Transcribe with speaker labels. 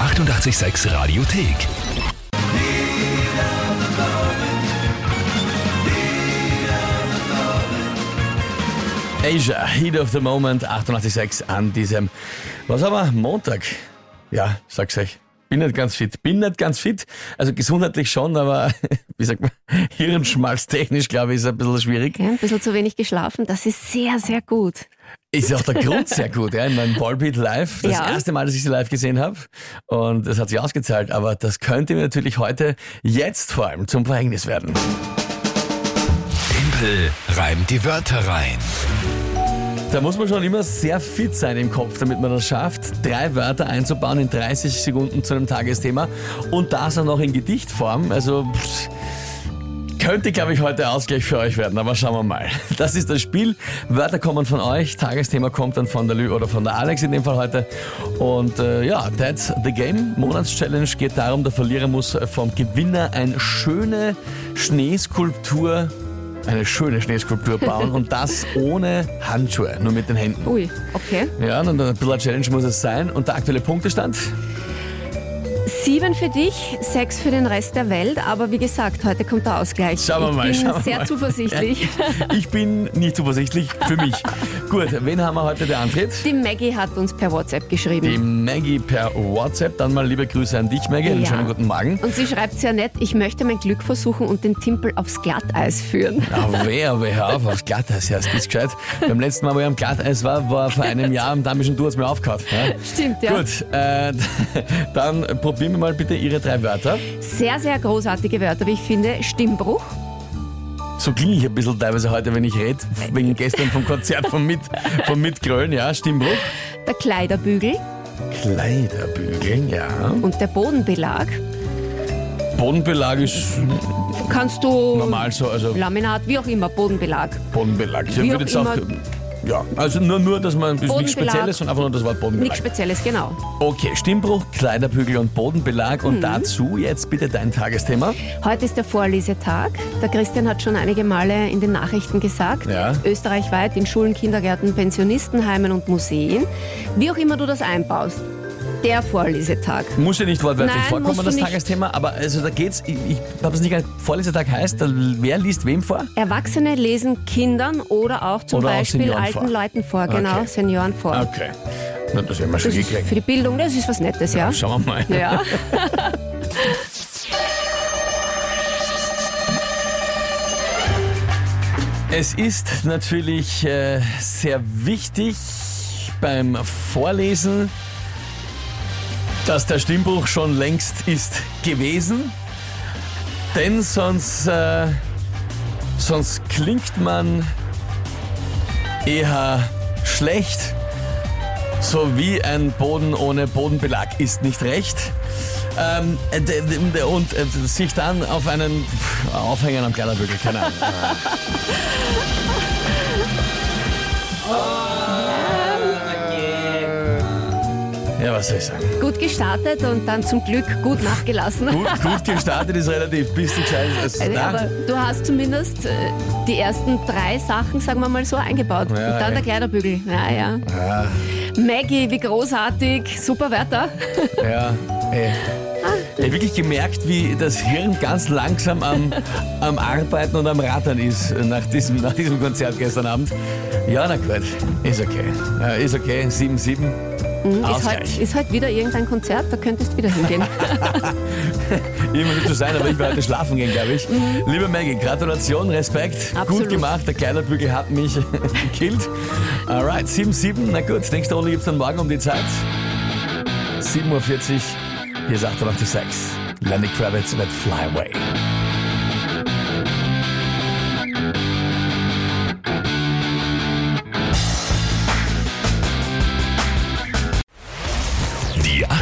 Speaker 1: 886 Radiothek.
Speaker 2: Asia, Heat of the Moment, 88.6 an diesem, was aber, Montag. Ja, sag's euch. Bin nicht ganz fit. Bin nicht ganz fit. Also gesundheitlich schon, aber wie sagt man, hirnschmalztechnisch, glaube ich, ist ein bisschen schwierig.
Speaker 3: Ja, ein bisschen zu wenig geschlafen, das ist sehr, sehr gut.
Speaker 2: Ist ja auch der Grund sehr gut, ja. Ich meine, Ballbeat live, das
Speaker 3: Ja.
Speaker 2: erste Mal, dass ich sie live gesehen habe. Und das hat sich ausgezahlt, aber das könnte mir natürlich heute, jetzt vor allem, zum Verhängnis werden.
Speaker 1: Tempel reimt die Wörter rein.
Speaker 2: Da muss man schon immer sehr fit sein im Kopf, damit man das schafft, drei Wörter einzubauen in 30 Sekunden zu einem Tagesthema und das auch noch in Gedichtform. Also pff, könnte, glaube ich, heute Ausgleich für euch werden, aber schauen wir mal. Das ist das Spiel. Wörter kommen von euch, Tagesthema kommt dann von der Lü oder von der Alex in dem Fall heute. Und äh, ja, that's the game. Monatschallenge geht darum, der Verlierer muss äh, vom Gewinner eine schöne Schneeskulptur eine schöne Schneeskulptur bauen und das ohne Handschuhe, nur mit den Händen.
Speaker 3: Ui, okay.
Speaker 2: Ja, und ein bisschen eine Challenge muss es sein. Und der aktuelle Punktestand?
Speaker 3: Sieben für dich, sechs für den Rest der Welt, aber wie gesagt, heute kommt der Ausgleich.
Speaker 2: Schauen wir
Speaker 3: ich
Speaker 2: mal,
Speaker 3: bin
Speaker 2: schauen wir
Speaker 3: sehr
Speaker 2: mal.
Speaker 3: zuversichtlich.
Speaker 2: Ich bin nicht zuversichtlich für mich. Gut, wen haben wir heute, der antritt?
Speaker 3: Die Maggie hat uns per WhatsApp geschrieben.
Speaker 2: Die Maggie per WhatsApp. Dann mal liebe Grüße an dich, Maggie. Einen
Speaker 3: Ja.
Speaker 2: schönen guten Morgen.
Speaker 3: Und sie schreibt sehr nett, ich möchte mein Glück versuchen und den Timpel aufs Glatteis führen.
Speaker 2: Ah, wer, wer auf, aufs Glatteis, ja, ist gescheit. Beim letzten Mal, wo ich am Glatteis war, war vor einem Jahr am Damischen Du hat's mir aufgehört. Ja?
Speaker 3: Stimmt, ja.
Speaker 2: Gut, äh, dann probieren wir mal bitte Ihre drei Wörter.
Speaker 3: Sehr, sehr großartige Wörter, wie ich finde. Stimmbruch,
Speaker 2: So klinge ich ein bisschen teilweise heute, wenn ich rede, wegen gestern vom Konzert von, mit, von Mitgrölen, ja, Stimmbruch.
Speaker 3: der Kleiderbügel
Speaker 2: Kleiderbügeln, ja.
Speaker 3: und der Bodenbelag.
Speaker 2: Bodenbelag ist
Speaker 3: Kannst du
Speaker 2: normal so, also
Speaker 3: Laminat, wie auch immer, Bodenbelag.
Speaker 2: Bodenbelag. Ich
Speaker 3: Wie
Speaker 2: würde
Speaker 3: auch
Speaker 2: jetzt auch,
Speaker 3: immer.
Speaker 2: ja, also nur, nur dass man, das ist nichts
Speaker 3: Bodenbelag.
Speaker 2: Spezielles, sondern einfach nur das Wort
Speaker 3: Nichts
Speaker 2: Bodenbelag.
Speaker 3: Spezielles, genau.
Speaker 2: Okay, Stimmbruch, Kleiderbügel und Bodenbelag
Speaker 3: Mhm.
Speaker 2: und dazu jetzt bitte dein Tagesthema.
Speaker 3: Heute ist der Vorlesetag. Der Christian hat schon einige Male in den Nachrichten gesagt,
Speaker 2: Ja.
Speaker 3: österreichweit in Schulen, Kindergärten, Pensionistenheimen und Museen, wie auch immer du das einbaust, der Vorlesetag.
Speaker 2: Muss ja nicht wortwörtlich
Speaker 3: Nein, musst
Speaker 2: vorkommen,
Speaker 3: du
Speaker 2: das
Speaker 3: nicht.
Speaker 2: Tagesthema, aber also da geht's, ich, ich habe es nicht ganz, Vorlesetag heißt, da, wer liest wem vor?
Speaker 3: Erwachsene lesen Kindern oder auch zum
Speaker 2: Oder auch
Speaker 3: Beispiel
Speaker 2: Senioren
Speaker 3: alten
Speaker 2: vor.
Speaker 3: Leuten vor, genau,
Speaker 2: Okay. Ah,
Speaker 3: Senioren vor.
Speaker 2: Okay, Na, das werden wir schon
Speaker 3: Das ist
Speaker 2: gekriegt.
Speaker 3: für die Bildung, das ist was Nettes, ja?
Speaker 2: Schauen wir mal.
Speaker 3: Ja.
Speaker 2: Es ist natürlich äh, sehr wichtig beim Vorlesen, dass der Stimmbruch schon längst ist gewesen, denn sonst, äh, sonst klingt man eher schlecht, so wie ein Boden ohne Bodenbelag ist nicht recht. Ähm, äh, d- d- und äh, sich dann auf einen pff, Aufhänger am Kleiderbügel, keine Ahnung. Ja, was soll ich sagen?
Speaker 3: Gut gestartet und dann zum Glück gut nachgelassen. Äh,
Speaker 2: Gut, gut gestartet ist relativ. Bist du gescheit? Also, na,
Speaker 3: Aber du hast zumindest äh, die ersten drei Sachen, sagen wir mal so, eingebaut.
Speaker 2: Ja,
Speaker 3: und dann
Speaker 2: ja.
Speaker 3: der Kleiderbügel. Ja, ja.
Speaker 2: Ah,
Speaker 3: Maggie, wie großartig. Super Wörter.
Speaker 2: ja, ey. Ich habe wirklich gemerkt, wie das Hirn ganz langsam am, am Arbeiten und am Rattern ist äh, nach diesem, nach diesem Konzert gestern Abend. Ja, na gut, ist okay. Äh, Ist okay, 7-7.
Speaker 3: Mhm, Ist heute
Speaker 2: Ausgleich.
Speaker 3: ist heut wieder irgendein Konzert, da könntest wieder hingehen.
Speaker 2: Immer wird zu sein, aber ich werde heute schlafen gehen, glaube ich. Liebe Maggie, Gratulation, Respekt.
Speaker 3: Absolut.
Speaker 2: Gut gemacht, der Kleiderbügel hat mich gekillt. Alright, 7-7, na gut, nächste Runde gibt es dann morgen um die Zeit. 7.40 Uhr, hier ist 88.6. Lenny Kravitz mit Flyway.
Speaker 1: Die